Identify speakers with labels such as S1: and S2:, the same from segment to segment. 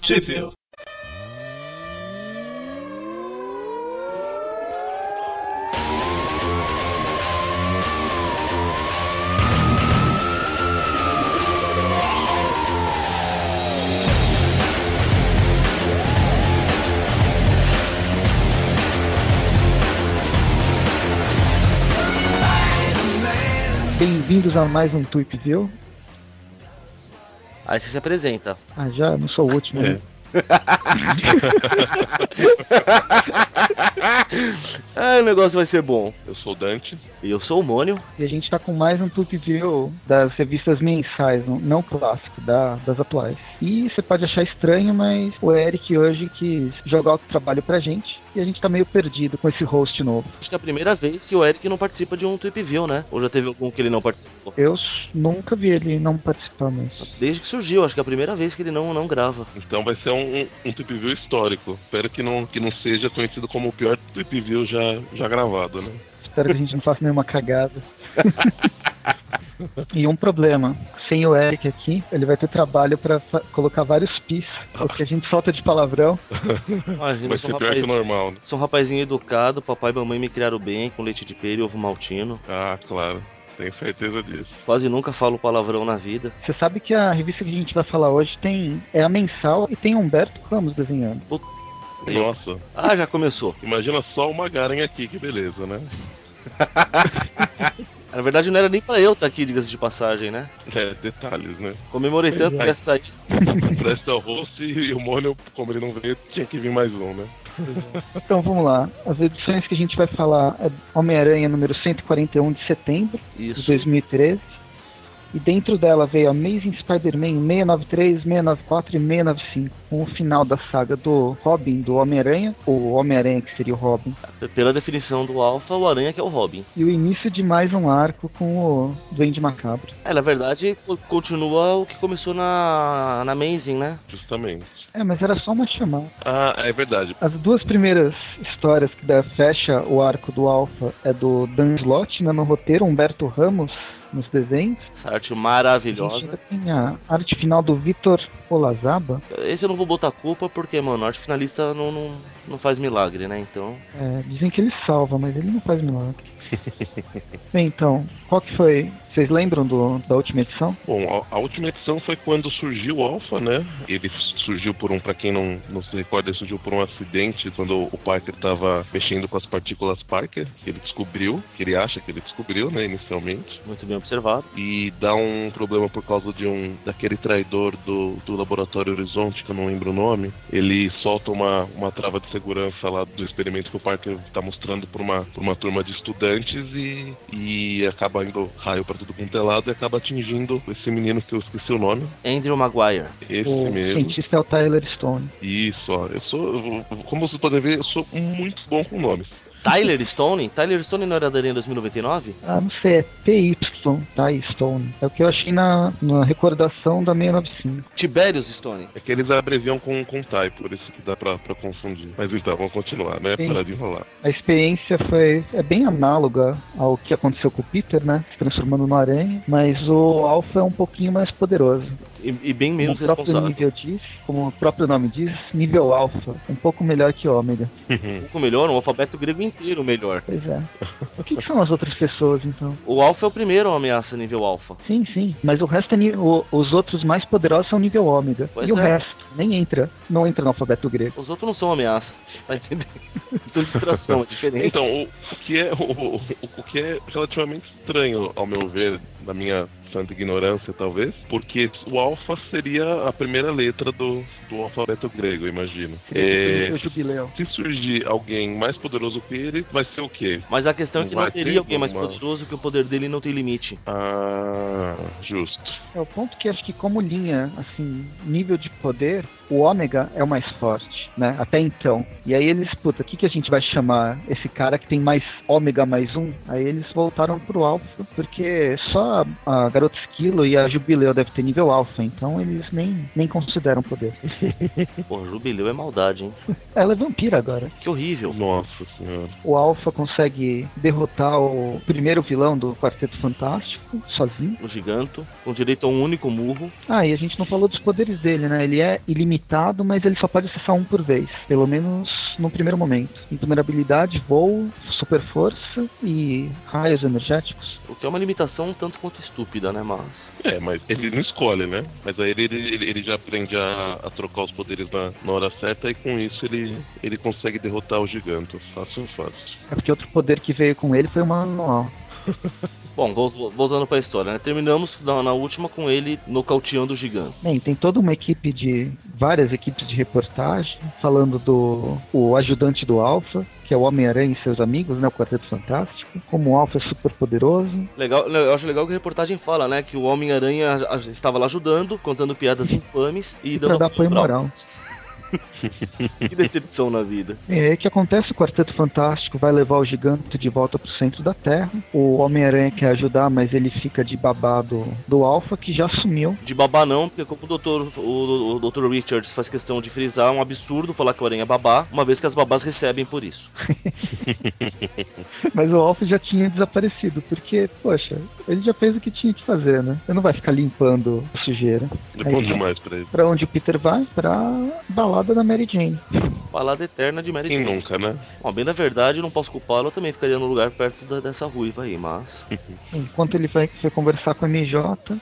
S1: Possível.
S2: Bem-vindos a mais um Tweepzil.
S3: Aí você se apresenta.
S2: Ah, já não sou o último.
S1: É,
S2: né?
S3: ah, o negócio vai ser bom.
S1: Eu sou o Dante.
S3: E eu sou o Mônio.
S2: E a gente tá com mais um Tweepzil das revistas mensais, não, não clássico, da, das atuais. E você pode achar estranho, mas o Eric hoje quis jogar o trabalho pra gente. E a gente tá meio perdido com esse host novo.
S3: Acho que é a primeira vez que o Eric não participa de um Tweep View, né? Ou já teve algum que ele não participou?
S2: Eu s- nunca vi ele não participar mais.
S3: Desde que surgiu, acho que é a primeira vez que ele não, não grava.
S1: Então vai ser um, um, um Tweep View histórico. Espero que não, que não seja conhecido como o pior Tweep View já, já gravado, né?
S2: Espero que a gente não faça nenhuma cagada. e um problema, sem o Eric aqui, ele vai ter trabalho pra fa- colocar vários pis, porque a gente solta de palavrão.
S3: Imagina,
S1: Vai
S3: eu sou
S1: ser
S3: um,
S1: pior Hum, que o
S3: rapazinho,
S1: normal, né?
S3: sou um rapazinho educado, papai e mamãe me criaram bem, com leite de pera e ovo maltino.
S1: Ah, claro. Tenho certeza disso.
S3: Quase nunca falo palavrão na vida.
S2: Você sabe que a revista que a gente vai falar hoje tem é a mensal e tem Humberto Ramos desenhando.
S1: Nossa,
S3: Ah, já começou.
S1: imagina só o Magaren aqui, que beleza, né?
S3: Na verdade, não era nem pra eu estar aqui, diga-se de passagem, né?
S1: É, detalhes, né?
S3: Comemorei tanto
S1: Pois é.
S3: que essa aí
S1: Presta o host e o Mônio, como ele não veio, tinha que vir mais um, né?
S2: Então vamos lá. As edições que a gente vai falar é Homem-Aranha número 141 de setembro de
S3: Isso.
S2: 2013. E dentro dela veio Amazing Spider-Man 693, 694 e 695, com o final da saga do Robin, do Homem-Aranha, ou Homem-Aranha que seria o Robin,
S3: Pela definição do Alpha, o Aranha que é o Robin.
S2: e o início de mais um arco com o Duende Macabro.
S3: É, na verdade, co- continua o que começou na, na Amazing, né?
S1: Justamente.
S2: É, mas era só uma chamada.
S1: Ah, é verdade.
S2: As duas primeiras histórias que dá, fecha o arco do Alpha é do Dan Slott, né, no roteiro, Humberto Ramos nos desenhos.
S3: Essa arte
S2: A gente ainda
S3: maravilhosa.
S2: tem a arte final do Vitor Olazaba,
S3: Esse eu não vou botar culpa porque, mano, arte finalista não, não, não faz milagre, né? Então,
S2: É, dizem que ele salva, mas ele não faz milagre. Bem, então, qual que foi? Vocês lembram do- da última edição?
S1: Bom, a, a última edição foi quando surgiu o Alpha, né? Ele surgiu por um, pra quem não, não se recorda, ele surgiu por um acidente quando o Parker tava mexendo com as partículas Parker, que ele descobriu, que ele acha que ele descobriu, né, inicialmente.
S3: muito bem observado.
S1: E dá um problema por causa de um daquele traidor do, do Laboratório Horizonte, que eu não lembro o nome. Ele solta uma, uma trava de segurança lá do experimento que o Parker tá mostrando pra uma, pra uma turma de estudantes e, e acaba indo raio pra tudo quanto é lado e acaba atingindo esse menino que eu esqueci o nome.
S3: Andrew Maguire.
S1: Esse
S2: o
S1: mesmo.
S2: cientista é o Tyler Stone.
S1: Isso, ó. Eu sou. eu- Como vocês podem ver, eu sou muito bom com nomes.
S3: Tyler Stone? Tyler Stone não era da linha 2099?
S2: Ah, não sei, é TY, Ty Stone. É o que eu achei na, na recordação da 695.
S3: Tiberius Stone.
S1: É que eles abreviam com, com Thai, por isso que dá pra, pra confundir. Mas então, vamos continuar, né?
S2: Sim.
S1: Para de enrolar.
S2: A experiência foi é bem análoga ao que aconteceu com o Peter, né? Se transformando no aranha, mas o Alpha é um pouquinho mais poderoso.
S3: E, e bem
S2: Como
S3: menos
S2: o próprio
S3: responsável.
S2: nível diz, como o próprio nome diz, nível Alpha, um pouco melhor que Ômega.
S3: Um pouco melhor, um alfabeto grego inteiro melhor.
S2: Pois é. O que, que são as outras pessoas, então?
S3: O Alpha é o primeiro ameaça nível Alpha.
S2: Sim, sim. Mas o resto é ni- o- os outros mais poderosos são nível ômega.
S3: Pois
S2: e o
S3: é.
S2: resto nem entra, não entra no alfabeto grego.
S3: Os outros não são ameaça. Você tá entendendo? São distração, é diferente.
S1: Então, o, o que é, o, o- o que é relativamente estranho, ao meu ver, na minha santa ignorância, talvez, porque o alfa seria a primeira letra do, do alfabeto grego, imagino. É,
S2: O jubileu.
S1: se surgir alguém mais poderoso que ele, vai ser o quê?
S3: Mas a questão é que
S1: Vai
S3: não
S1: ter
S3: teria alguém mais
S1: uma-
S3: poderoso que o poder dele não tem limite.
S1: Ah, justo.
S2: É o ponto que acho que como linha, assim, nível de poder, o ômega é o mais forte, né? Até então. E aí eles, puta, o que, que a gente vai chamar esse cara que tem mais ômega mais um? Aí eles voltaram pro alfa, porque só a, a garota esquilo e a jubileu deve ter nível alfa, então eles nem, nem consideram poder.
S3: Pô, jubileu é maldade, hein?
S2: Ela é vampira agora.
S3: Que horrível.
S1: Nossa senhora.
S2: O Alpha consegue derrotar o primeiro vilão do Quarteto Fantástico sozinho.
S3: O giganto, com direito a um único murro.
S2: Ah, e a gente não falou dos poderes dele, né? Ele é ilimitado, mas ele só pode acessar um por vez, pelo menos no primeiro momento. Impermeabilidade, voo, super força e raios energéticos.
S3: O que é uma limitação um tanto quanto estúpida, né, mas.
S1: É, mas ele não escolhe, né? Mas aí ele, ele, ele já aprende a, a trocar os poderes na, na hora certa e com isso ele, ele consegue derrotar o gigante. Fácil, fácil.
S2: É porque outro poder que veio com ele foi uma manual.
S3: Bom, vol- vol- voltando pra história, né? Terminamos na, na última com ele nocauteando o gigante.
S2: Bem, tem toda uma equipe de. várias equipes de reportagem falando do o ajudante do Alpha, que é o Homem-Aranha e seus amigos, né? O Quarteto Fantástico. Como o Alpha é super poderoso.
S3: Legal, le- eu acho legal que a reportagem fala, né? Que o Homem-Aranha a- a- estava lá ajudando, contando piadas infames e,
S2: E pra
S3: dando um
S2: dar apoio moral.
S3: Que decepção na vida.
S2: É, o que acontece? O Quarteto Fantástico vai levar o gigante de volta pro centro da Terra. O Homem-Aranha quer ajudar, mas ele fica de babado do Alpha, que já sumiu.
S3: De babá não, porque como o doutor, o, o doutor Richards faz questão de frisar, é um absurdo falar que o Aranha é babá, uma vez que as babás recebem por isso.
S2: Mas o Alpha já tinha desaparecido, porque, poxa, ele já fez o que tinha que fazer, né? Ele não vai ficar limpando sujeira.
S1: É bom
S2: Aí.
S1: demais pra ele.
S2: Pra onde o Peter vai? Pra balada da Mary Jane.
S3: Balada eterna de Mary
S1: Quem
S3: Jane.
S1: nunca, né?
S3: Bom, bem na verdade, eu não posso culpá-lo, eu também ficaria no lugar perto da- dessa ruiva aí, mas...
S2: Enquanto ele vai, vai conversar com a MJ,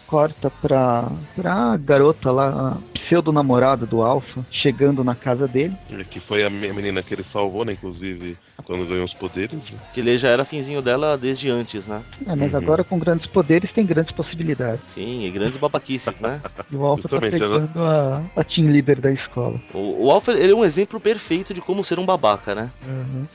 S2: corta pra, pra garota lá, a pseudo-namorada do Alpha, chegando na casa dele.
S1: É, Que foi a me- a menina que ele salvou, né? Inclusive, quando ganhou os poderes. né?
S3: Que ele já era finzinho dela desde antes, né?
S2: É, mas
S1: Uhum.
S2: agora com grandes poderes tem grandes possibilidades.
S3: Sim, e grandes babaquices, né?
S2: E o Alpha tá
S1: Justamente, ela-
S2: pegando a, a team leader da escola.
S3: O, o Alfred, ele é um exemplo perfeito de como ser um babaca, né?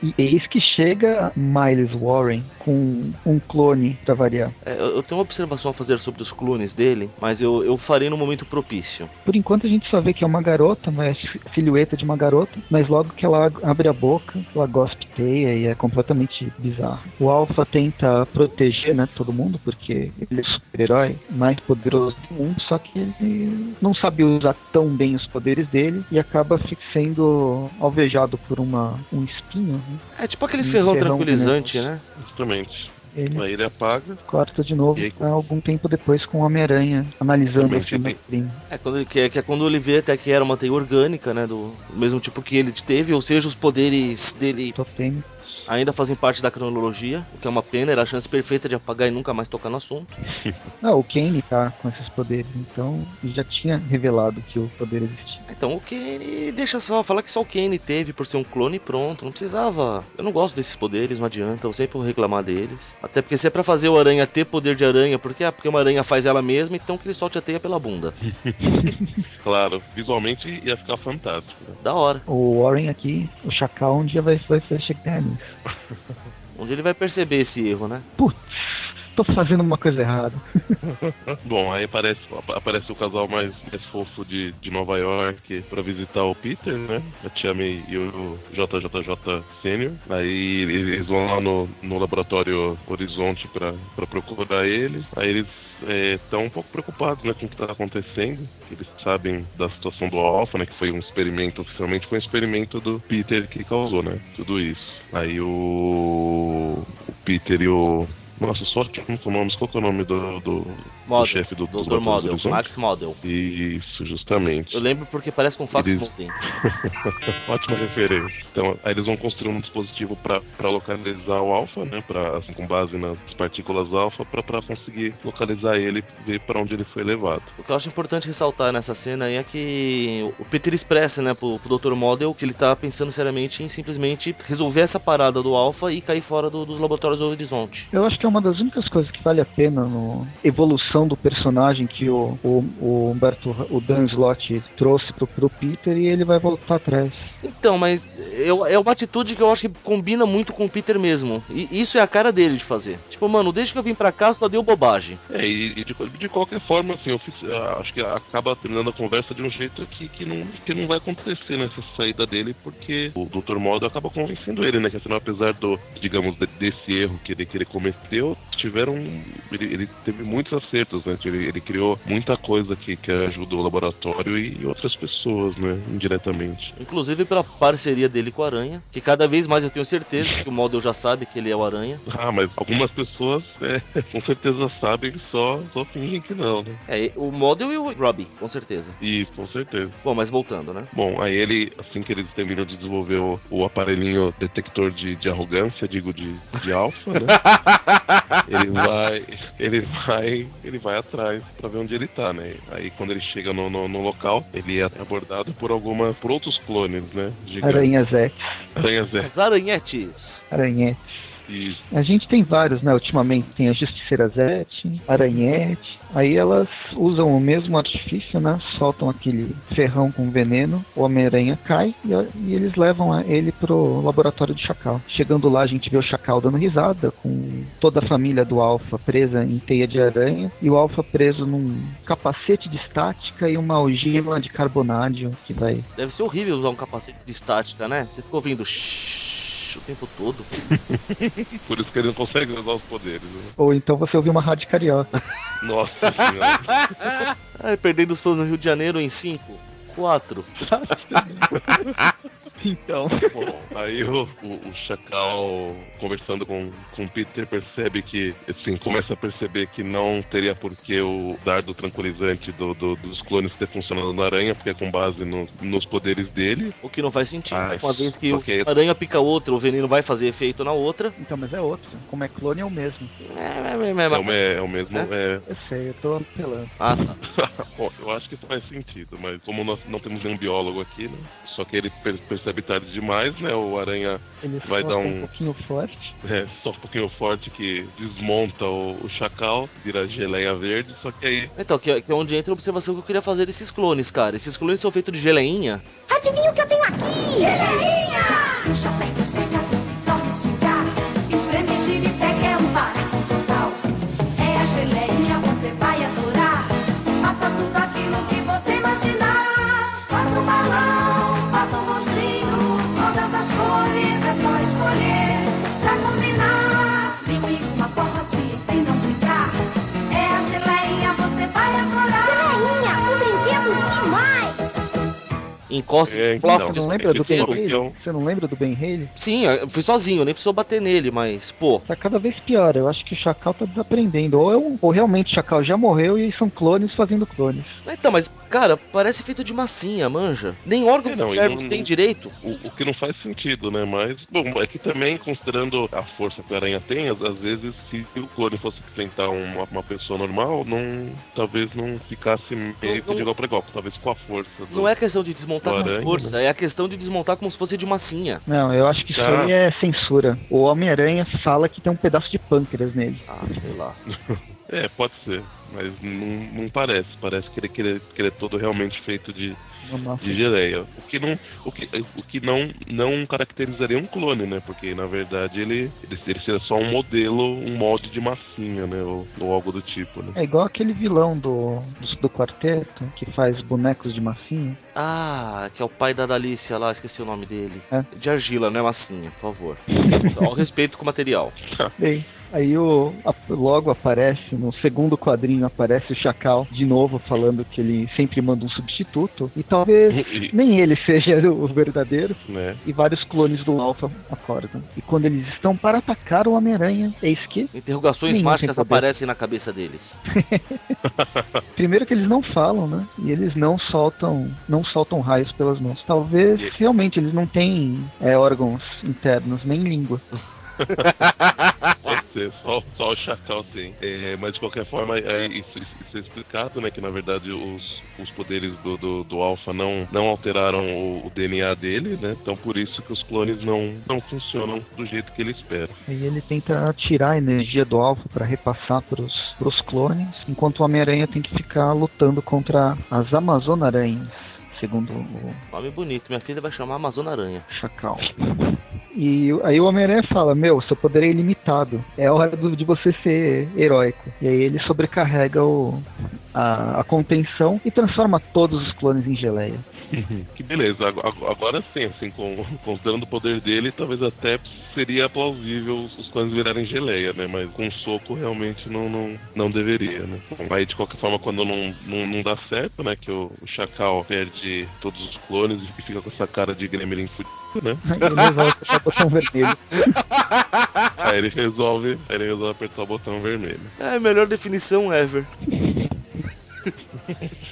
S2: E eis que chega Miles Warren com um clone pra variar.
S3: É, eu, eu tenho uma observação a fazer sobre os clones dele, mas eu, eu farei no momento propício.
S2: Por enquanto a gente só vê que é uma garota, uma si- silhueta de uma garota, mas logo que ela ag- abre a boca, ela gospeteia e é completamente bizarro. O Alpha tenta proteger, né, todo mundo, porque ele é o super-herói mais poderoso do mundo, só que ele não sabe usar tão bem os poderes dele e acaba fi- sendo alvejado por uma, um espinho, né?
S3: É tipo aquele
S2: Um
S3: ferrão
S2: ferrão
S3: tranquilizante, né?
S1: Justamente.
S2: Ele
S1: Aí ele apaga.
S2: corta de novo
S1: E aí, como-
S2: algum tempo depois com o Homem-Aranha analisando
S1: Também
S2: o filme.
S1: fica-
S2: crime.
S3: É, quando ele, que, é- que é quando ele vê até que era uma teia orgânica, né? Do, do mesmo tipo que ele teve, ou seja, os poderes dele
S2: Totêmico.
S3: ainda fazem parte da cronologia, o que é uma pena, era a chance perfeita de apagar e nunca mais tocar no assunto.
S2: Não, o Kane tá com esses poderes, então já tinha revelado que o poder existia.
S3: Então o Kane, deixa só, falar que só o Kane teve por ser um clone e pronto, não precisava. Eu não gosto desses poderes, não adianta, eu sempre vou reclamar deles. Até porque se é pra fazer o Aranha ter poder de aranha, porque ah, porque uma aranha faz ela mesma, então que ele solte a teia pela bunda.
S1: Claro, visualmente ia ficar fantástico. né?
S3: Da hora.
S2: O Warren aqui, o Chacal, um dia vai, vai vai chegar nisso.
S3: Onde ele vai perceber esse erro, né?
S2: Putz, tô fazendo uma coisa errada.
S1: Bom, aí aparece, ap- aparece o casal mais, mais fofo de, de Nova York pra visitar o Peter, né? A Tia May e o JJJ Senior. Aí eles vão lá no, no laboratório Horizonte pra, pra procurar ele. Aí eles estão um pouco preocupados né, com o que tá acontecendo. Eles sabem da situação do Alpha, né? Que foi um experimento, oficialmente foi um experimento do Peter que causou, né? Tudo isso. Aí o, o Peter e o. Nossa, só cinco nomes. Qual que é o nome do- do, o
S3: Model.
S1: chefe do dos
S3: Dr.
S1: Laboratórios
S3: Model,
S1: Horizonte.
S3: Max Model.
S1: Isso,
S3: Eu
S1: justamente.
S3: lembro porque parece com fax
S1: Eles-
S3: Mountain.
S1: Ótima referência. Então, aí eles vão construir um dispositivo para localizar o alfa, né? Pra, assim, com base nas partículas alfa, para conseguir localizar ele e ver para onde ele foi levado.
S3: O que eu acho importante ressaltar nessa cena aí é que o Peter expressa, né, pro, pro Dr. Model que ele tá pensando seriamente em simplesmente resolver essa parada do Alpha e cair fora do- dos laboratórios do Horizonte.
S2: Eu acho que é uma das únicas coisas que vale a pena no evolução do personagem que o, o, o Humberto, o Dan Slott trouxe pro, pro Peter e ele vai voltar atrás.
S3: Então, mas eu- é uma atitude que eu acho que combina muito com o Peter mesmo. E isso é a cara dele de fazer. Tipo, mano, desde que eu vim pra cá só deu bobagem.
S1: É, e, e de, qual- de qualquer forma, assim, eu fiz- ah, acho que acaba terminando a conversa de um jeito que, que, não, que não vai acontecer nessa saída dele, né, assim, porque o Dr. Modo acaba convencendo ele, né? Que afinal, apesar do, digamos, de- desse erro que ele, que ele cometeu, apareceu, tiveram. Ele, ele teve muitos acertos, né? Ele, ele criou muita coisa que, que ajudou o laboratório e, e outras pessoas, né? Indiretamente.
S3: Inclusive pela parceria dele com o Aranha, que cada vez mais eu tenho certeza que o Model já sabe que ele é o Aranha.
S1: Ah, mas algumas pessoas é, com certeza sabem, só, só fingem que não, né?
S3: É, o Model e o Robbie, com certeza.
S1: Isso, com certeza.
S3: Bom, mas voltando, né?
S1: Bom, aí ele, assim que eles terminam de desenvolver o, o aparelhinho detector de, de arrogância, digo, de, de alfa, né? ele vai, ele vai, ele vai atrás pra ver onde ele tá, né? Aí quando ele chega no, no, no local, ele é abordado por algumas, por outros clones, né? Gigantes.
S2: Aranhas X.
S1: Aranhas é.
S3: As aranhetes.
S2: Aranhete.
S1: E
S2: A gente tem vários, né? Ultimamente tem a Justiceira Zete, Aranhete. Aí elas usam o mesmo artifício, né? Soltam aquele ferrão com veneno, o Homem-Aranha cai e, e eles levam a- ele pro laboratório do Chacal. Chegando lá, a gente vê o Chacal dando risada, com toda a família do Alpha presa em teia de aranha e o Alpha preso num capacete de estática e uma algema de carbonádio que vai
S3: Deve ser horrível usar um capacete de estática, né? Você ficou ouvindo shhh o tempo todo.
S1: por isso que ele não consegue usar os poderes, né?
S2: Ou então você ouviu uma rádio carioca.
S1: Nossa senhora.
S3: Ai, perdendo os fãs no Rio de Janeiro em 5, 4.
S2: então.
S1: Bom, aí o, o- o Chacal, conversando com, com o Peter, percebe que, assim, começa a perceber que não teria por que o dardo tranquilizante do- do- dos clones ter funcionado na aranha, porque é com base no- nos poderes dele.
S3: O que não faz sentido.
S1: Ah,
S3: uma vez que
S1: ok.
S3: uma aranha pica outra, o veneno vai fazer efeito na outra.
S2: Então, mas é outro. Como é clone, é o mesmo.
S3: É, é, é,
S1: É,
S3: mas-
S1: o me- é o mesmo.
S3: né?
S1: É,
S2: Eu sei, eu tô apelando.
S3: Ah, tá.
S1: Bom, eu acho que isso faz sentido, mas como nós não temos nenhum biólogo aqui, né? Só que ele per- percebe tarde demais, né? O aranha
S2: Ele
S1: Vai
S2: só
S1: dar
S2: tem
S1: um-
S2: pouquinho forte.
S1: É, só um pouquinho forte que desmonta o, o chacal, vira geleia verde, só que aí
S3: Então, que, que é onde entra a observação que eu queria fazer desses clones, cara. Esses clones são feitos de geleinha.
S4: Adivinha o que eu tenho aqui? Geleinha! Puxa, aperta, estica, torna, estica. Espreme, gira e seca, é um barato total. É a geleinha, você vai adorar. Faça tudo aquilo que você imaginar. Faça um balão, faça um monstrinho. Todas as cores é só escolher. Pra combinar, sempre uma forma te ensina a brincar. É a geleinha, você vai adorar. Geleinha, um brinquedo demais!
S3: Encosta,
S1: É,
S3: desplafa,
S1: então.
S2: Você
S3: destrói
S2: não lembra do Ben
S1: eu- um
S3: inteiro.
S2: Haley?
S1: eu-
S2: Você não lembra do Ben Haley?
S3: Sim, eu fui sozinho, eu nem precisou bater nele, mas, pô.
S2: Tá cada vez pior. Eu acho que o Chacal tá desaprendendo. Ou, é um- ou realmente o Chacal já morreu e são clones fazendo clones.
S3: Então, mas, cara, parece feito de massinha, manja. Nem órgãos
S1: É, não, e
S3: internos
S1: não-
S3: tem direito.
S1: o, o que não faz sentido, né? Mas, bom, é que também, considerando a força que a aranha tem, às, às vezes, se o clone fosse enfrentar uma, uma pessoa normal, não, talvez não ficasse meio que
S3: não-
S1: de igual pra igual, talvez com a força do...
S3: Não é questão de desmontar
S1: Do
S3: com
S1: aranha,
S3: força, é a questão de desmontar como se fosse de massinha.
S2: Não, eu acho que isso
S1: Tá.
S2: aí é censura. O Homem-Aranha fala que tem um pedaço de pâncreas nele.
S3: Ah, sei lá.
S1: É, pode ser, mas não, não parece. Parece que ele, que, ele, que ele é todo realmente feito de,
S2: Uma massa.
S1: de geleia. O que não, o que, o que não, não caracterizaria um clone, né? Porque na verdade ele, ele, ele seria só um modelo, um molde de massinha, né? Ou, ou algo do tipo, né?
S2: É igual aquele vilão do, do, do quarteto que faz bonecos de massinha.
S3: Ah, que é o pai da Dalícia lá, esqueci o nome dele.
S2: É.
S3: De argila, não é massinha, por favor. Ao respeito com o material.
S2: Bem, aí o, a- logo aparece, no segundo quadrinho aparece o Chacal de novo falando que ele sempre manda um substituto e
S3: É.
S2: talvez
S1: E-
S2: nem ele seja o verdadeiro
S1: né?
S2: e vários clones do Alpha acordam. E quando eles estão para atacar o Homem-Aranha, eis que
S3: Interrogações
S2: Nenhum
S3: mágicas
S2: tem poder.
S3: aparecem na cabeça deles.
S2: primeiro que eles não falam, né? E eles não soltam, não soltam raios pelas mãos. Talvez
S1: E-
S2: realmente eles não têm é, órgãos internos nem língua.
S1: Pode ser, só, só o Chacal tem. É, mas de qualquer forma, é, isso, isso é explicado, né? Que na verdade os, os poderes do, do, do Alpha não, não alteraram o, o DNA dele, né? Então por isso que os clones não, não funcionam do jeito que ele espera.
S2: Aí ele tenta tirar a energia do alvo para repassar pros, pros clones, enquanto o Homem-Aranha tem que ficar lutando contra as Amazonaranhas, segundo o
S3: Nome bonito, minha filha vai chamar Amazona Aranha.
S2: Chacal. E aí o Homem-Aranha fala, meu, seu poder é ilimitado, é hora do- de você ser heróico. E aí ele sobrecarrega o, a, a contenção e transforma todos os clones em geleia.
S1: Que beleza, Ag- ag- agora sim, assim, com, considerando o poder dele, talvez até seria plausível os os clones virarem geleia, né? Mas com um soco realmente não, não, não deveria, né? Bom, aí de qualquer forma, quando não, não, não dá certo, né? Que o, o Chacal perde todos os clones e fica com essa cara de gremlin fudido, né?
S2: Aí ele volta pra botão vermelho.
S1: Aí ele resolve, aí ele resolve apertar o botão vermelho.
S3: É a melhor definição ever.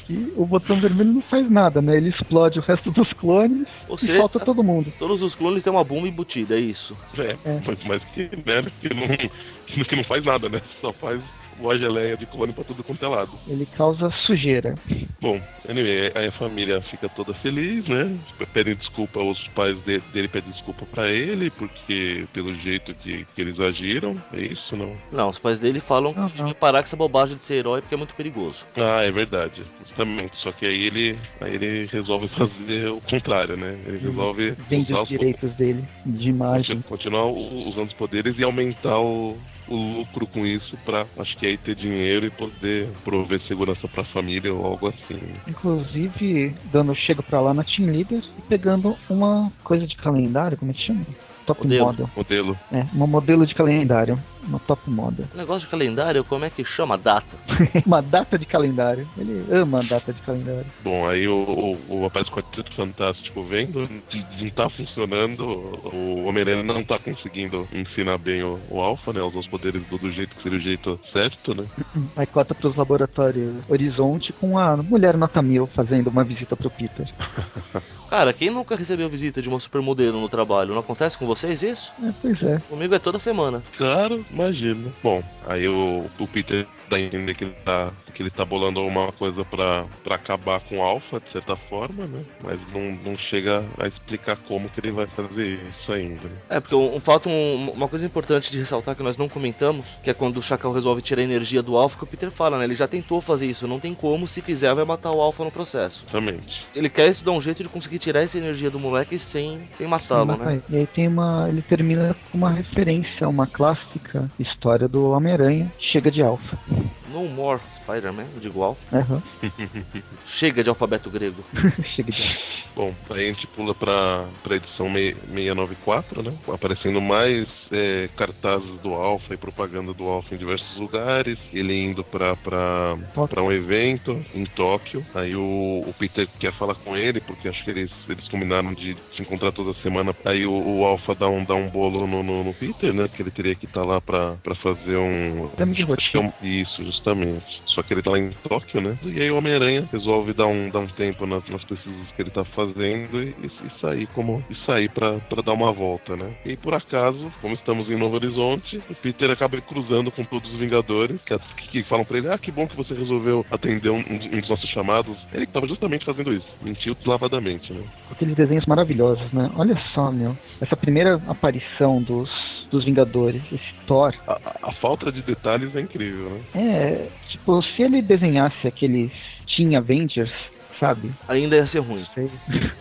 S2: E o botão vermelho não faz nada, né? Ele explode o resto dos clones
S3: Ou
S2: e
S3: seja,
S2: falta todo mundo.
S3: todos os clones têm uma bomba embutida, é isso.
S1: É,
S2: É.
S1: mas, mas que, né, que, não, que, não faz nada, né? Só faz uma geleia de clone pra tudo quanto é lado.
S2: Ele causa sujeira.
S1: Bom, anyway, aí a família fica toda feliz, né? Pedem desculpa, os pais de- dele pedem desculpa pra ele, porque pelo jeito que, que eles agiram, é isso, não?
S3: Não, os pais dele falam que
S2: Uhum.
S3: devia parar com essa bobagem de ser herói porque é muito perigoso.
S1: Ah, é verdade, justamente. Só que aí ele, aí ele resolve fazer o contrário, né? Ele resolve
S2: Hum, Vende
S1: usar os
S2: os direitos né? dele de imagem.
S1: Continu- Continuar u- usando os poderes e aumentar o, o lucro com isso pra, acho que aí ter dinheiro e poder prover segurança pra família ou algo assim.
S2: Inclusive, dando chego pra lá na Team Leader e pegando uma coisa de calendário, como é que chama? Top
S3: Modelo.
S2: Model.
S1: Modelo.
S2: É, um modelo de calendário. Uma top model.
S3: O negócio de calendário, como é que chama? Data.
S2: uma data de calendário. Ele ama a data de calendário.
S1: Bom, aí o, o, o Rapaz Quarteto Fantástico vendo, não tá funcionando, o Homem-Aranha não tá conseguindo ensinar bem o, o Alpha, né? Usar os poderes do, do jeito que seria o jeito certo, né?
S2: Aí cota pros laboratórios Horizonte com a mulher nota mil fazendo uma visita pro Peter.
S3: Cara, quem nunca recebeu visita de uma supermodelo no trabalho? Não acontece com vocês isso?
S2: É, pois é.
S3: Comigo é toda semana.
S1: Claro, imagino. Bom, aí o, o Peter dá a entender que ele tá, que ele tá bolando alguma coisa pra, pra acabar com o Alpha, de certa forma, né? Mas não, não chega a explicar como que ele vai fazer isso ainda. né?
S3: É, porque um, um fato, um- uma coisa importante de ressaltar que nós não comentamos, que é quando o Chacal resolve tirar a energia do Alpha, que o Peter fala, né? Ele já tentou fazer isso, não tem como, se fizer vai matar o Alpha no processo.
S1: Exatamente.
S3: Ele quer estudar um jeito de conseguir tirar essa energia do moleque sem, sem matá-lo, né?
S2: E aí tem uma. Ele termina com uma referência a uma clássica história do Homem-Aranha. Chega de alfa. né?
S3: No more Spider-Man, eu digo Alpha.
S2: Aham.
S3: Chega de alfabeto grego.
S2: Chega de alfa.
S1: Bom, aí a gente pula pra, pra edição mei- 694, né? Aparecendo mais é, cartazes do Alpha e propaganda do Alpha em diversos lugares. Ele indo pra, pra,
S2: Tóquio.
S1: pra um evento em Tóquio. Aí o, o Peter quer falar com ele, porque acho que eles, eles combinaram de se encontrar toda semana. Aí o, o Alpha dá um, dá um bolo no, no, no Peter, né? Que ele teria que estar lá pra, pra fazer um.
S2: Exame de rotina.
S1: Então, Isso, justamente. Só que ele tá lá em Tóquio, né? E aí o Homem-Aranha resolve dar um, dar um tempo nas, nas pesquisas que ele tá fazendo e, e- e sair como. E sair pra, pra dar uma volta, né? E por acaso, como estamos em Novo Horizonte, o Peter acaba cruzando com todos os Vingadores, que, que falam pra ele, ah, que bom que você resolveu atender um, um dos nossos chamados. Ele que tava justamente fazendo isso. Mentiu deslavadamente, né?
S2: Aqueles desenhos maravilhosos, né? Olha só, meu. Essa primeira aparição dos, dos Vingadores, esse Thor.
S1: A, a- a falta de detalhes é incrível, né?
S2: É. Tipo, se ele desenhasse aqueles Teen Avengers, sabe?
S3: Ainda ia ser ruim.
S2: Sei.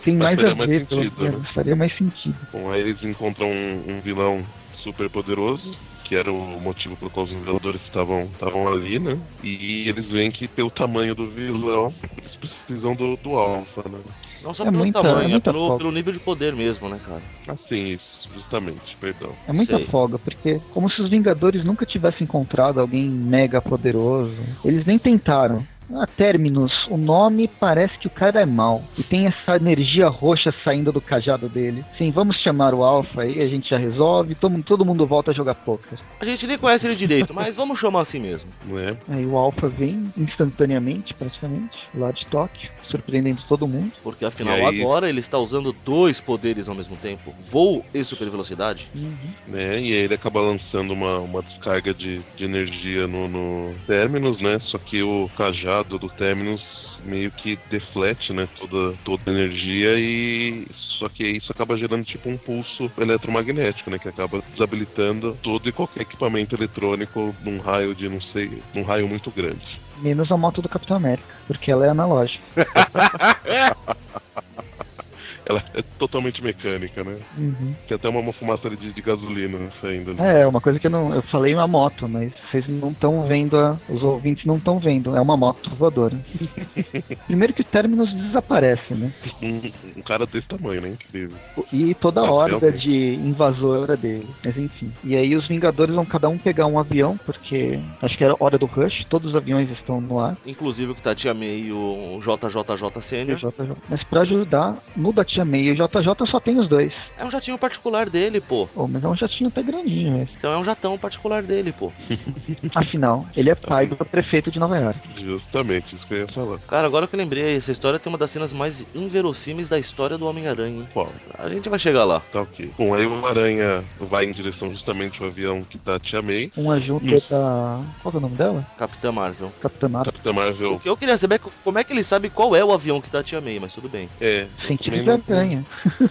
S2: Tem
S1: Mas
S2: mais
S1: faria
S2: a
S1: mais
S2: ver, pelo
S1: sentido, né?
S2: menos. Faria mais sentido.
S1: Bom, aí eles encontram um, um vilão super poderoso, que era o motivo pelo qual os Vingadores estavam estavam ali, né? E eles veem que pelo tamanho do vilão, eles precisam do, do Alpha, né?
S3: Não só
S2: É
S3: pelo
S2: muita- é
S3: tamanho, é
S2: muita
S3: pelo,
S2: falta.
S3: pelo nível de poder mesmo, né, cara?
S1: Assim, isso, justamente, perdão.
S2: É muita
S3: Sei.
S2: folga, porque como se os Vingadores nunca tivessem encontrado alguém mega poderoso. Eles nem tentaram. Ah, Terminus, o nome parece que o cara é mau. E tem essa energia roxa saindo do cajado dele. Sim, vamos chamar o Alpha aí, a gente já resolve, todo, todo mundo volta a jogar poker.
S3: A gente nem conhece ele direito, mas vamos chamar assim mesmo.
S1: Né?
S2: Aí o Alpha vem instantaneamente, praticamente, lá de Tóquio, surpreendendo todo mundo.
S3: Porque afinal
S1: E aí?
S3: agora ele está usando dois poderes ao mesmo tempo: voo e super velocidade.
S2: Uhum.
S1: né? E aí ele acaba lançando uma, uma descarga de, de energia no, no Terminus, né? Só que o cajado do Terminus meio que deflete, né? Toda, toda a energia e. Só que isso acaba gerando tipo um pulso eletromagnético, né? Que acaba desabilitando todo e qualquer equipamento eletrônico num raio de não sei, num raio muito grande.
S2: Menos a moto do Capitão América, porque ela é analógica.
S1: Ela é to- totalmente mecânica, né?
S2: Uhum.
S1: Tem até uma, uma fumaça de, de gasolina nessa ainda. né?
S2: É, uma coisa que eu não. Eu falei uma moto, mas vocês não estão vendo, a- os ouvintes não estão vendo. É uma moto voadora. Primeiro que o Terminus desaparece, né?
S1: Um, um cara desse tamanho, né? Incrível.
S2: E toda
S1: Ah,
S2: a horda
S1: realmente.
S2: de invasora dele. Mas enfim. E aí os Vingadores vão cada um pegar um avião, porque acho que era hora do rush, todos os aviões estão no ar.
S3: Inclusive o que tá Tia May e o JJJ
S2: E o
S1: Uhum.
S3: Sênior.
S2: JJ. Mas pra ajudar, no da Tia May e o JJ só tem os dois.
S3: É um jatinho particular dele, pô.
S2: Oh, mas é um jatinho até grandinho esse.
S3: Então é um jatão particular dele, pô.
S2: Afinal, ele é pai do prefeito de Nova York.
S1: Justamente, isso que eu ia falar.
S3: Cara, agora que eu lembrei, essa história tem uma das cenas mais inverossímeis da história do Homem-Aranha, hein?
S1: Qual?
S3: A gente vai chegar lá.
S1: Tá ok. Bom, aí o Aranha vai em direção justamente ao avião que tá a Tia May.
S2: Um ajuda
S1: Isso.
S2: da. Qual que é o nome dela?
S3: Capitã Marvel.
S2: Capitã Marvel.
S1: Capitã
S3: O
S1: Marvel.
S3: que eu queria saber é co- como é que ele sabe qual é o avião que tá a Tia May, mas tudo bem.
S1: É. eu
S2: Sentido
S1: também
S2: de
S1: não-
S2: aranha.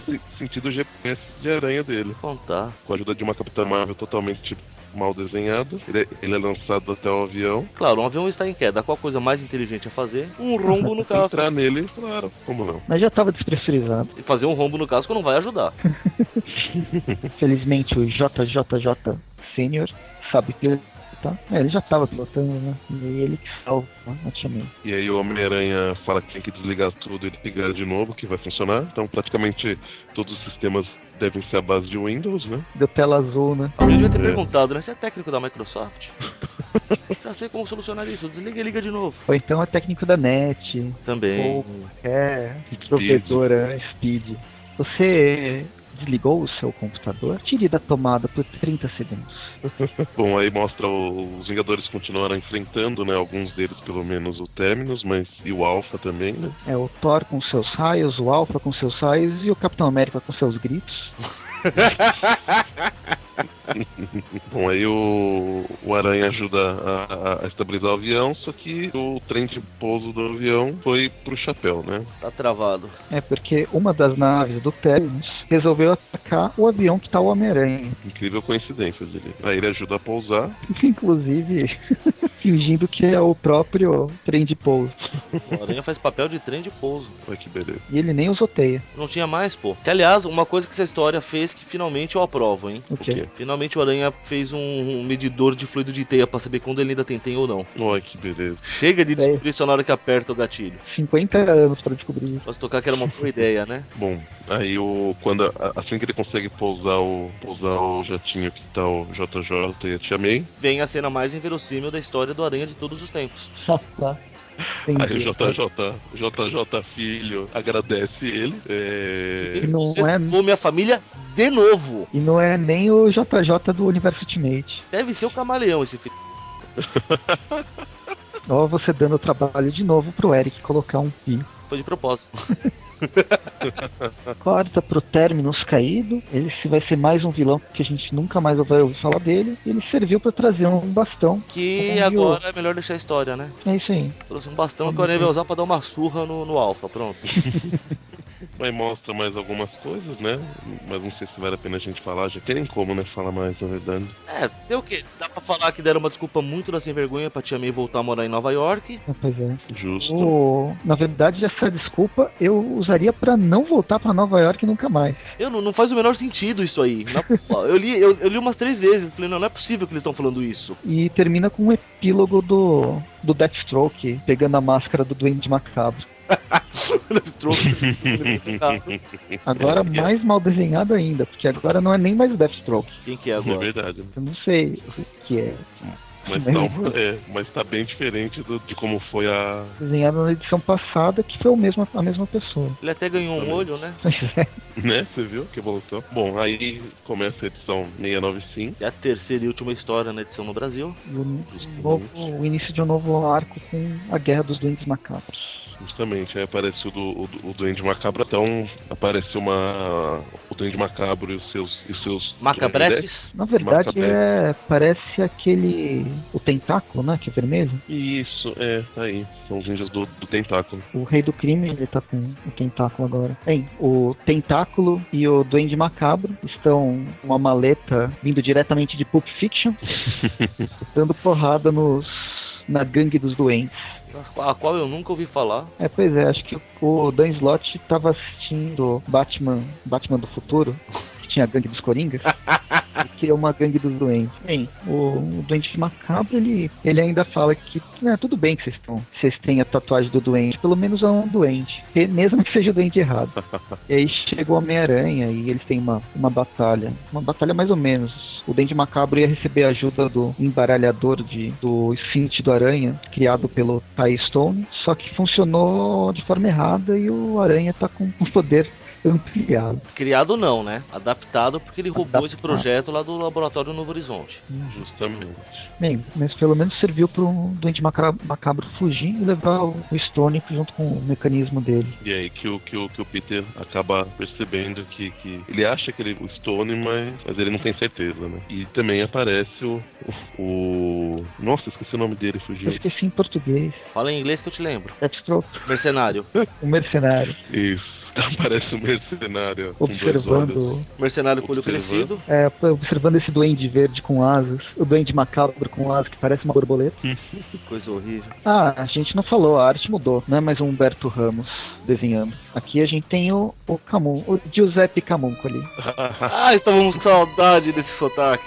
S1: se- Sentido GPS de aranha dele.
S3: Contar.
S1: Com a ajuda de uma Capitã Marvel totalmente mal desenhada. Ele, é- ele é lançado até o avião.
S3: Claro, um avião está em queda. Qual a coisa mais inteligente a fazer? Um rombo no casco.
S1: Entrar nele, claro, como não?
S2: Mas já tava despressurizado.
S3: E fazer um rombo no casco não vai ajudar.
S2: Felizmente o JJJ Senior sabe pilotar. É, ele já tava pilotando, né? E ele que salva né? a Tia May.
S1: E aí o Homem-Aranha fala que tem que desligar tudo e ligar de novo, que vai funcionar. Então praticamente todos os sistemas devem ser a base de Windows, né?
S2: Deu tela azul, né?
S3: Alguém devia ter
S1: É.
S3: perguntado, né? Você é técnico da Microsoft? Já sei como solucionar isso. Desliga e liga de novo.
S2: Ou então é técnico da NET,
S3: Também.
S2: é provedora né? Speed. Você desligou o seu computador? Tire da tomada por 30 segundos.
S1: Bom, aí mostra o- os Vingadores continuaram enfrentando, né? Alguns deles, pelo menos, o Terminus, mas e o Alpha também, né?
S2: É o Thor com seus raios, o Alpha com seus raios e o Capitão América com seus gritos.
S1: Bom, aí o, o Aranha ajuda a, a- a estabilizar o avião, só que o trem de pouso do avião foi pro chapéu, né?
S3: Tá travado.
S2: É porque uma das naves do Terminus resolveu atacar o avião que tá o Homem-Aranha.
S1: Incrível coincidência, eu diria. Aí ele ajuda a pousar,
S2: Inclusive, fingindo que é o próprio trem de pouso.
S3: O Aranha faz papel de trem de pouso.
S1: olha que beleza.
S2: E ele nem usou teia.
S3: Não tinha mais, pô. Que, aliás, uma coisa que essa história fez que finalmente eu aprovo, hein?
S2: O quê?
S3: Finalmente o Aranha fez um, um medidor de fluido de teia pra saber quando ele ainda tem teia ou não.
S1: Olha que beleza.
S3: Chega de
S2: Sei.
S3: descobrir isso na hora que aperta o gatilho.
S2: 50 anos pra descobrir isso.
S3: Posso tocar que era uma boa ideia, né?
S1: Bom, aí o. Quando, a- assim que ele consegue pousar o. pousar o jatinho que tá o JJ e a Tia May,
S3: Vem a cena mais inverossímil da história do Aranha de todos os tempos.
S2: Tá.
S1: Aí o
S2: Entendi.
S1: JJ, JJ Filho agradece ele. É...
S3: Que se-
S2: Não
S3: Você
S2: é-
S3: safou minha família de novo.
S2: E não é nem o JJ do Universo Ultimate.
S3: Deve ser o camaleão esse filho.
S2: Ó, você dando trabalho de novo pro Eric colocar um pi.
S3: Foi de propósito.
S2: Corta pro Terminus caído. Ele se- vai ser mais um vilão que a gente nunca mais vai ouvir falar dele. E ele serviu pra trazer um bastão.
S3: Que
S2: Bom, viu?
S3: agora é melhor deixar a história, né?
S2: É isso aí.
S3: Trouxe um bastão que o Aranha vai usar pra dar uma surra no, no Alpha. Pronto.
S1: Aí mostra mais algumas coisas, né? Mas não sei se vale a pena a gente falar, já tem nem como, né? Falar mais, na verdade.
S3: É, tem o quê? Dá pra falar que deram uma desculpa muito da sem vergonha pra Tia May voltar a morar em Nova York.
S2: Ah, Pois é.
S1: Justo.
S2: O- na verdade, essa desculpa eu usaria pra não voltar pra Nova York nunca mais.
S3: Eu não, não faz o menor sentido isso aí. Na- ó, eu, li, eu, eu li umas três vezes. Falei, não, não é possível que eles estão falando isso.
S2: E termina com um epílogo do, do Deathstroke pegando a máscara do Duende Macabro.
S3: Deathstroke, ele vem socado.
S1: É,
S2: Agora mais mal desenhado ainda, porque agora não é nem mais o Deathstroke.
S3: Quem que é
S1: É
S3: agora?
S1: verdade.
S2: Eu não sei o que é.
S1: Mas tá, um- é, mas tá bem diferente do- de como foi a.
S2: Desenhado na edição passada, que foi o mesmo, a mesma pessoa.
S3: Ele até ganhou um
S1: Também.
S3: olho, né?
S2: Pois é.
S1: Né? Você viu? Que evolução. Bom, aí começa a edição 695.
S3: Que é a terceira e última história na edição no Brasil.
S2: E o, novo- o início de um novo arco com a Guerra dos Duendes Macabros.
S1: Justamente, aí aparece o, do, o, do- o Duende Macabro. Então, aparece uma. O Duende Macabro e os seus. E os seus
S3: Macabretes.
S2: Na verdade,
S1: Macabro.
S2: é, parece aquele. O tentáculo, né? Que é vermelho.
S1: Isso, é, tá aí. São os ninjas do, do tentáculo.
S2: O rei do crime, ele tá com o tentáculo agora. Bem, o tentáculo e o duende macabro estão com uma maleta vindo diretamente de Pulp Fiction, dando porrada nos na Gangue dos Doentes.
S3: A qual eu nunca ouvi falar.
S2: É, pois é, acho que o Dan Slott tava assistindo Batman, Batman do Futuro, que tinha a Gangue dos Coringas. e criou uma gangue dos doentes. Bem, o, o doente macabro, ele, ele ainda fala que "Ah, tudo bem que vocês estão, vocês têm a tatuagem do doente, pelo menos é um doente, e mesmo que seja o doente errado. e aí chega o Homem-Aranha e eles têm uma, uma batalha, uma batalha mais ou menos. O Dente Macabro ia receber a ajuda do embaralhador de, do esfinte do Aranha, criado pelo Ty Stone, só que funcionou de forma errada e o Aranha tá com o poder ampliado.
S3: Criado não, né? Adaptado porque ele roubou esse
S2: Adaptado.
S3: projeto lá do Laboratório Novo Horizonte.
S1: Justamente.
S2: Bem, mas pelo menos serviu pro doente macra- macabro fugir e levar o Stone junto com o mecanismo dele.
S1: E aí que o, que o, que o Peter acaba percebendo que, que ele acha que ele é o Stone, mas, mas ele não tem certeza, né? E também aparece o. o... Nossa, esqueci o nome dele,
S2: Eu
S1: fugiu.
S2: esqueci em português.
S3: Fala em inglês que eu te lembro.
S2: Deathstroke,
S3: Mercenário.
S2: o mercenário,
S1: Isso. Aparece um mercenário com dois olhos.
S2: observando,
S3: Mercenário com olho
S1: Observando.
S3: crescido.
S2: é, observando esse duende verde com asas, o duende macabro com asas que parece uma borboleta.
S1: Hum.
S3: Coisa horrível.
S2: Ah, a gente não falou, a arte mudou, não é mais o Humberto Ramos desenhando. Aqui a gente tem o, o Camus, o Giuseppe Camuncoli.
S3: Ah, estávamos com saudade desse sotaque.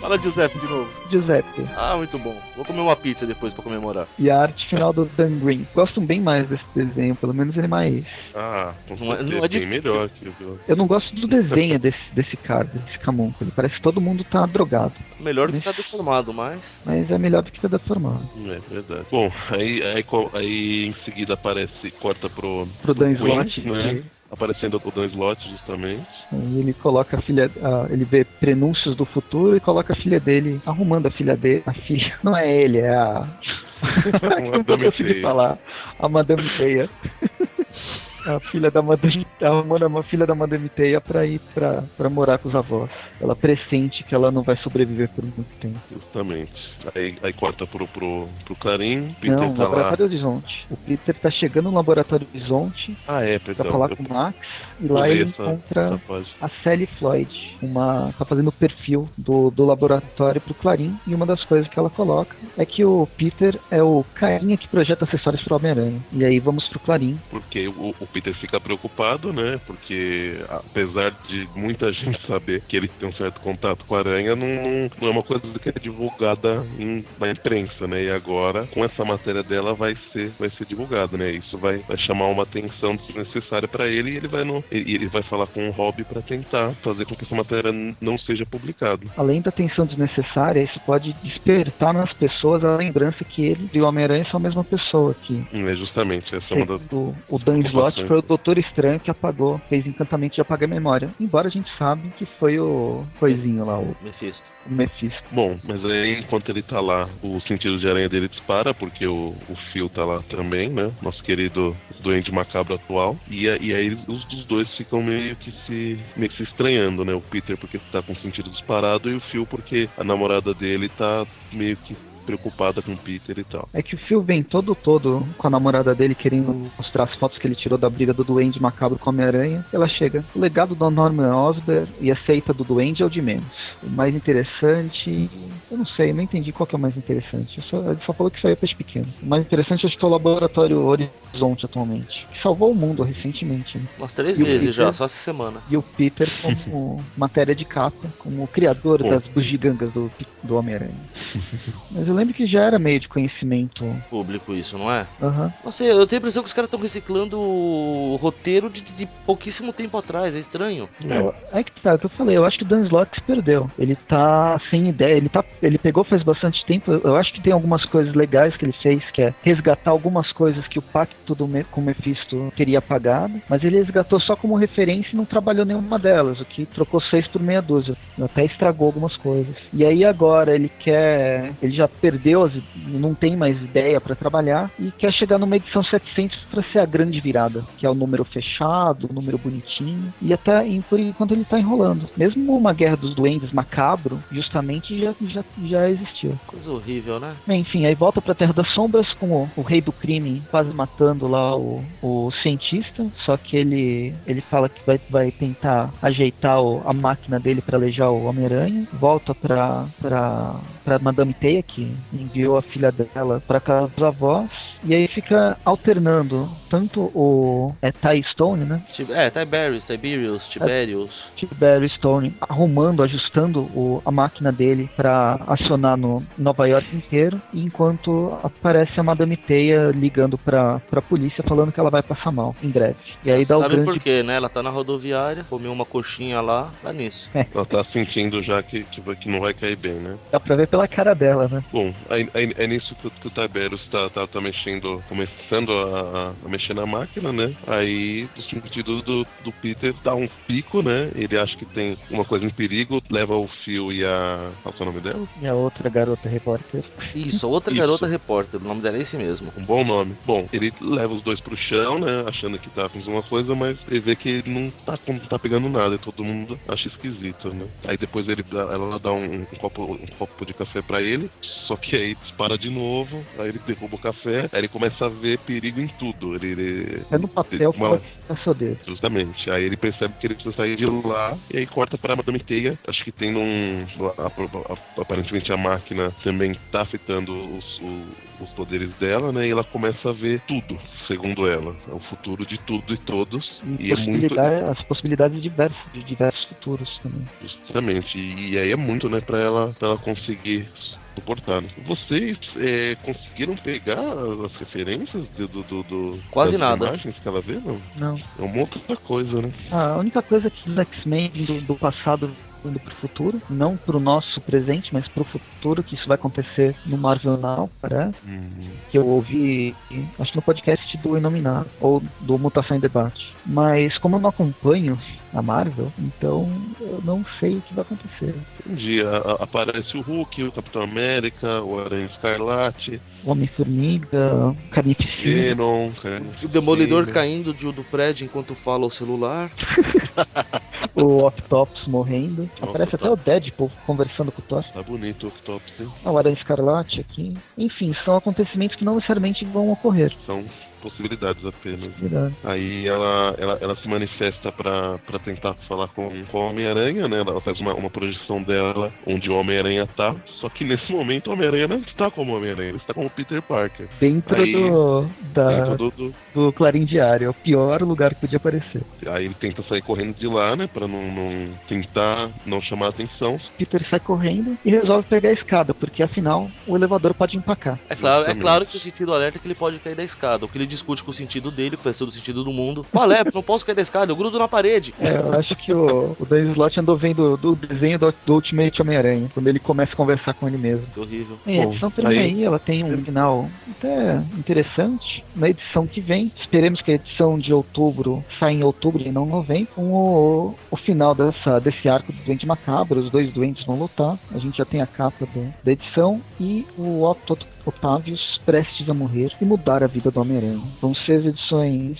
S3: Fala Giuseppe de novo.
S2: Giuseppe.
S3: Ah, muito bom. Vou comer uma pizza depois pra comemorar.
S2: E a arte final do Dan Green. Gostam bem mais desse desenho, pelo menos ele é mais.
S1: ah, com
S3: Não é-
S1: certeza,
S3: não é
S1: bem
S3: difícil.
S1: melhor que o
S2: Eu não gosto do desenho desse, desse cara, desse Camunculo. Parece que todo mundo tá drogado.
S3: Melhor do que tá deformado, mas.
S2: Mas é melhor do que tá deformado.
S1: É verdade. Bom, aí, aí, co- aí em seguida aparece, corta pro.
S2: Pro Dan
S1: Queen,
S2: Slott,
S1: né?
S2: que-
S1: Aparecendo o Dan Slott, justamente.
S2: aí ele coloca a filha. ah, ele vê prenúncios do futuro e coloca a filha dele, arrumando a filha dele. A filha. Não é ele, é a. não vou
S1: Madame
S2: conseguir
S1: Teia.
S2: falar. A Madame Teia. A filha da Madame tá arrumando uma filha da Madame Teia pra ir pra, pra morar com os avós. Ela pressente que ela não vai sobreviver por muito tempo.
S1: Justamente. Aí, aí corta pro, pro, pro Clarim. Peter
S2: não,
S1: tá lá.
S2: Laboratório Horizonte. O Peter tá chegando no Laboratório Horizonte
S1: Ah, é,
S2: pra
S1: perdão.
S2: falar
S1: eu
S2: com o Max e lá
S1: pulei
S2: ele
S1: essa-
S2: encontra
S1: essa página.
S2: a Sally Floyd, uma tá fazendo o perfil do, do laboratório pro Clarim e uma das coisas que ela coloca é que o Peter é o carinha que projeta acessórios pro Homem-Aranha. E aí vamos pro Clarim.
S1: Porque o, o Peter fica preocupado, né? Porque apesar de muita gente saber que ele tem um certo contato com a aranha, não, não, não é uma coisa que é divulgada em- na imprensa, né? E agora, com essa matéria dela, vai ser, vai ser divulgado, né? Isso vai, vai chamar uma atenção desnecessária pra ele e ele vai no, e- e ele vai falar com o Rob pra tentar fazer com que essa matéria n- não seja publicada.
S2: Além da tensão desnecessária, isso pode despertar nas pessoas a lembrança que ele e o Homem-Aranha são a mesma pessoa que
S1: É justamente essa é uma das
S2: Segundo o Dan Slott, foi o Doutor Estranho que apagou, fez encantamento de apagar a memória. Embora a gente sabe que foi o coisinho lá, o,
S3: Mephisto.
S2: o Mephisto.
S1: Bom, mas aí enquanto ele tá lá, o sentido de aranha dele dispara, porque o, o Phil tá lá também, né? Nosso querido doente macabro atual. E, a- e aí eles- os, os dois ficam meio que se meio que se estranhando, né? O Peter porque tá com o sentido disparado e o Phil porque a namorada dele tá meio que preocupada com o Peter e tal.
S2: É que o Phil vem todo todo com a namorada dele querendo mostrar as fotos que ele tirou da briga do Duende Macabro com o Homem-Aranha. Ela chega. O legado do Norman Osborn e a seita do Duende é o de menos. O mais interessante... Eu não sei, eu não entendi qual que é o mais interessante. Eu só- ele só falou que saiu peixe pequeno. O mais interessante acho que é o Laboratório Horizonte atualmente. Que salvou o mundo recentemente, né?
S3: Umas três
S2: E o
S3: vezes
S2: Peter?
S3: já, só essa semana.
S2: E o Peter como matéria de capa, como o criador
S1: Pô.
S2: das bugigangas do, do Homem-Aranha. Mas eu lembro que já era meio de conhecimento.
S3: Público isso, não é?
S2: Aham.
S3: Não sei, eu tenho a impressão que os caras estão reciclando o roteiro de, de pouquíssimo tempo atrás, é estranho.
S1: É,
S2: Eu- É. que tá, é o que eu falei, eu acho que o Dan Slott se perdeu. Ele tá sem ideia, ele, tá, ele pegou faz bastante tempo. Eu eu acho que tem algumas coisas legais que ele fez, que é resgatar algumas coisas que o pacto do Me com o Mephisto teria apagado, mas ele resgatou só como referência e não trabalhou nenhuma delas, o que trocou seis por meia dúzia. até estragou algumas coisas. E aí agora ele quer, ele já perdeu, as, não tem mais ideia pra trabalhar e quer chegar numa edição 700 pra ser a grande virada, que é o número fechado, o número bonitinho. E até em- por enquanto ele tá enrolando. Mesmo uma guerra dos duendes macabro, justamente já, já, já existiu.
S3: Coisa horrível, né?
S2: Bem, Enfim, aí volta pra Terra das Sombras com o, o rei do crime quase matando lá o, o cientista, só que ele, ele fala que vai, vai tentar ajeitar o- a máquina dele pra alejar o Homem-Aranha. Volta pra, pra, pra Madame Teia, que enviou a filha dela pra casa dos avós. E aí fica alternando tanto o é, Ty Stone, né?
S3: Ti- É, Tiberius,
S2: É.
S3: Tiberius, Tiberius.
S2: Tibério Stone arrumando, ajustando o- a máquina dele pra acionar no Nova York inteiro, enquanto aparece a Madame Teia ligando pra, pra polícia falando que ela vai passar mal em breve. E aí dá o
S3: sabe
S2: grande
S3: por quê, né? Ela tá na rodoviária, comeu uma coxinha lá, dá nisso.
S1: Ela tá sentindo já que, que, vai- que não vai cair bem, né?
S2: dá pra ver pela cara dela, né?
S1: Bom, aí- aí- é, nisso que, o- que o Tiberius tá, tá, tá mexendo, começando a, a mexer na máquina, né? Aí o sentido do, do Peter dá um pico, né? Ele acha que tem uma coisa em perigo, leva o fio e a. Qual que é o nome dela?
S2: E a outra garota repórter.
S3: Isso, a outra
S1: Isso.
S3: garota repórter, o nome dela é esse mesmo.
S1: Um bom nome. Bom, ele leva os dois pro chão, né? Achando que tá com alguma coisa, mas ele vê que ele não tá, não tá pegando nada. E todo mundo acha esquisito, né? Aí depois ele dá- ela dá um, um copo, um copo de café pra ele, só que aí dispara de novo, aí ele derruba o café, aí ele começa a ver perigo em tudo. Ele, ele-
S2: É no papel
S1: Uma-
S2: pode ficar só dele.
S1: Justamente. Aí ele percebe que ele precisa sair de lá e aí corta pra Madame Teia. Acho que tem um. a- a- Aparentemente a máquina também tá afetando os, o- os poderes dela, né? E ela começa a ver tudo, segundo ela. É o futuro de tudo e todos. E é muito.
S2: Possibilidade- As possibilidades diversas, de diversos futuros também.
S1: Justamente. E, e aí é muito, né, pra ela, pra ela conseguir suportar. né? Vocês é, conseguiram pegar as referências do, do, do- do-
S3: Quase
S1: das
S3: nada.
S1: imagens que ela vê? Não?
S2: Não.
S1: É uma outra coisa, né?
S2: Ah, A única coisa que os X-Men do, do passado indo pro futuro, não pro nosso presente, mas pro futuro, que isso vai acontecer no Marvel Now, parece,
S1: Hum.
S2: que eu ouvi, acho que no podcast do Inominar, ou do Mutação em Debate. Mas como eu não acompanho a Marvel, então eu não sei o que vai acontecer.
S1: Entendi. Um A- a- aparece o Hulk, o Capitão América, o Aranha Escarlate,
S2: Homem-Formiga, Carnificina,
S1: Venom, Carnificina.
S3: O
S1: né?
S3: demolidor caindo de- um do prédio enquanto fala ao celular.
S2: o Octopus morrendo,
S1: O
S2: aparece até o Deadpool conversando com o Thor.
S1: Tá bonito o Octopus, hein?
S2: A Aranha Escarlate aqui. Enfim, são acontecimentos que não necessariamente vão ocorrer. É
S1: São possibilidades apenas.
S2: Verdade.
S1: Aí ela, ela, ela se manifesta pra pra tentar falar com, com o Homem-Aranha, né? Ela faz uma, uma projeção dela onde o Homem-Aranha tá. Só que nesse momento o Homem-Aranha não está como o Homem-Aranha, ele está como o Peter Parker. tá
S2: Dentro
S1: Aí-
S2: do,
S3: Ah.
S2: da-
S1: Dentro do- do-
S2: do Clarim Diário, é o pior lugar que podia aparecer.
S1: Aí ele tenta sair correndo de lá, né? Pra não, não tentar não chamar atenção.
S2: Peter sai correndo e resolve pegar a escada, porque afinal o elevador pode empacar.
S3: É claro, é
S1: Justamente.
S3: claro que o sentido alerta é que ele pode cair da escada. O que ele discute com o sentido dele, que vai ser do sentido do mundo. Qual é? Não posso cair da escada, eu grudo na parede.
S2: É, eu acho que o, o Dan Slott andou vendo do desenho do, do Ultimate Homem-Aranha, quando ele começa a conversar com ele mesmo.
S3: Que horrível.
S2: Bem, a
S1: Bom,
S2: edição termina
S1: aí-
S2: É, aí, ela tem um final até é interessante. Na edição que vem, esperemos que a edição de outubro saia em outubro e não novembro, com o, o final dessa, desse arco do Doente Macabro, os dois doentes vão lutar. A gente já tem a capa do- da edição e o Otto Otavius prestes a morrer e mudar a vida do Homem-Aranha. Vão ser as edições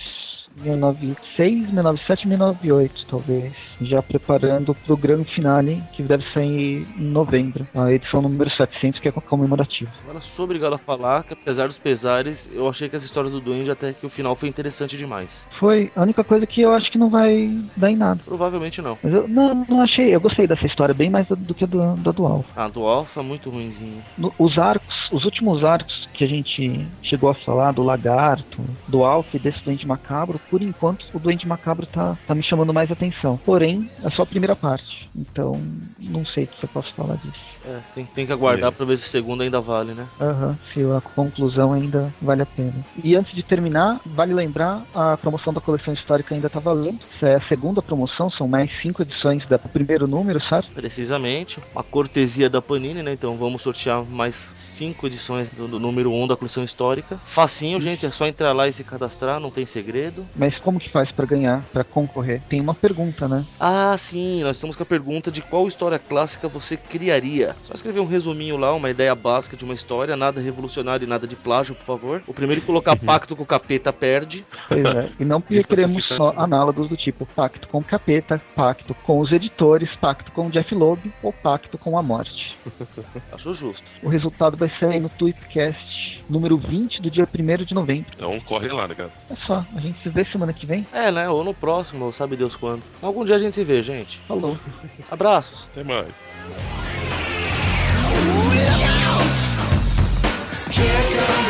S2: 1906, 1907 1908, talvez. Já preparando pro grande finale, que deve sair em novembro. A edição número 700, que é comemorativa.
S3: Agora sou obrigado a falar que, apesar dos pesares, eu achei que essa história do Duende até que o final foi interessante demais.
S2: Foi a única coisa que eu acho que não vai dar em nada.
S3: Provavelmente não.
S2: Mas eu não, não achei, eu gostei dessa história bem mais do, do que a do, da do Alpha.
S3: A do Alpha é muito ruinzinha.
S2: No- os arcos, os últimos arcos que a gente chegou a falar, do Lagarto, do Alf e desse Doente Macabro, por enquanto o Doente Macabro tá, tá me chamando mais atenção. Porém, é só a primeira parte. Então, não sei o que eu posso falar disso.
S3: É, tem, tem que aguardar
S1: É.
S3: pra ver se o segundo ainda vale, né?
S2: Aham, se a conclusão ainda vale a pena. E antes de terminar, vale lembrar, a promoção da coleção histórica ainda tá valendo. Essa é a segunda promoção, são mais cinco edições da- do primeiro número, sabe?
S3: Precisamente. Uma cortesia da Panini, né? Então vamos sortear mais cinco edições do, do número 1 um da coleção histórica. Facinho, gente. É só entrar lá e se cadastrar, não tem segredo.
S2: Mas como que faz pra ganhar, pra concorrer? Tem uma pergunta, né?
S3: Ah, sim, nós estamos com a pergunta de qual história clássica você criaria. Só escrever um resuminho lá, uma ideia básica de uma história, nada revolucionário e nada de plágio, por favor. O primeiro que colocar pacto com o capeta perde.
S2: Pois é. E não porque
S1: Isso é
S2: queremos
S1: fica-
S2: só análogos do tipo pacto com o capeta, pacto com os editores, pacto com o Jeff Loeb ou pacto com a morte.
S3: Acho justo.
S2: O resultado vai ser aí no Tweepcast número 20 do dia 1 de novembro.
S1: Então corre lá, né, cara?
S2: É só, a gente se vê semana que vem.
S3: É, né? Ou no próximo, ou sabe Deus quando. Algum dia a gente se vê, gente.
S2: Falou.
S3: Abraços.
S1: Até mais.
S5: Look out! Here comes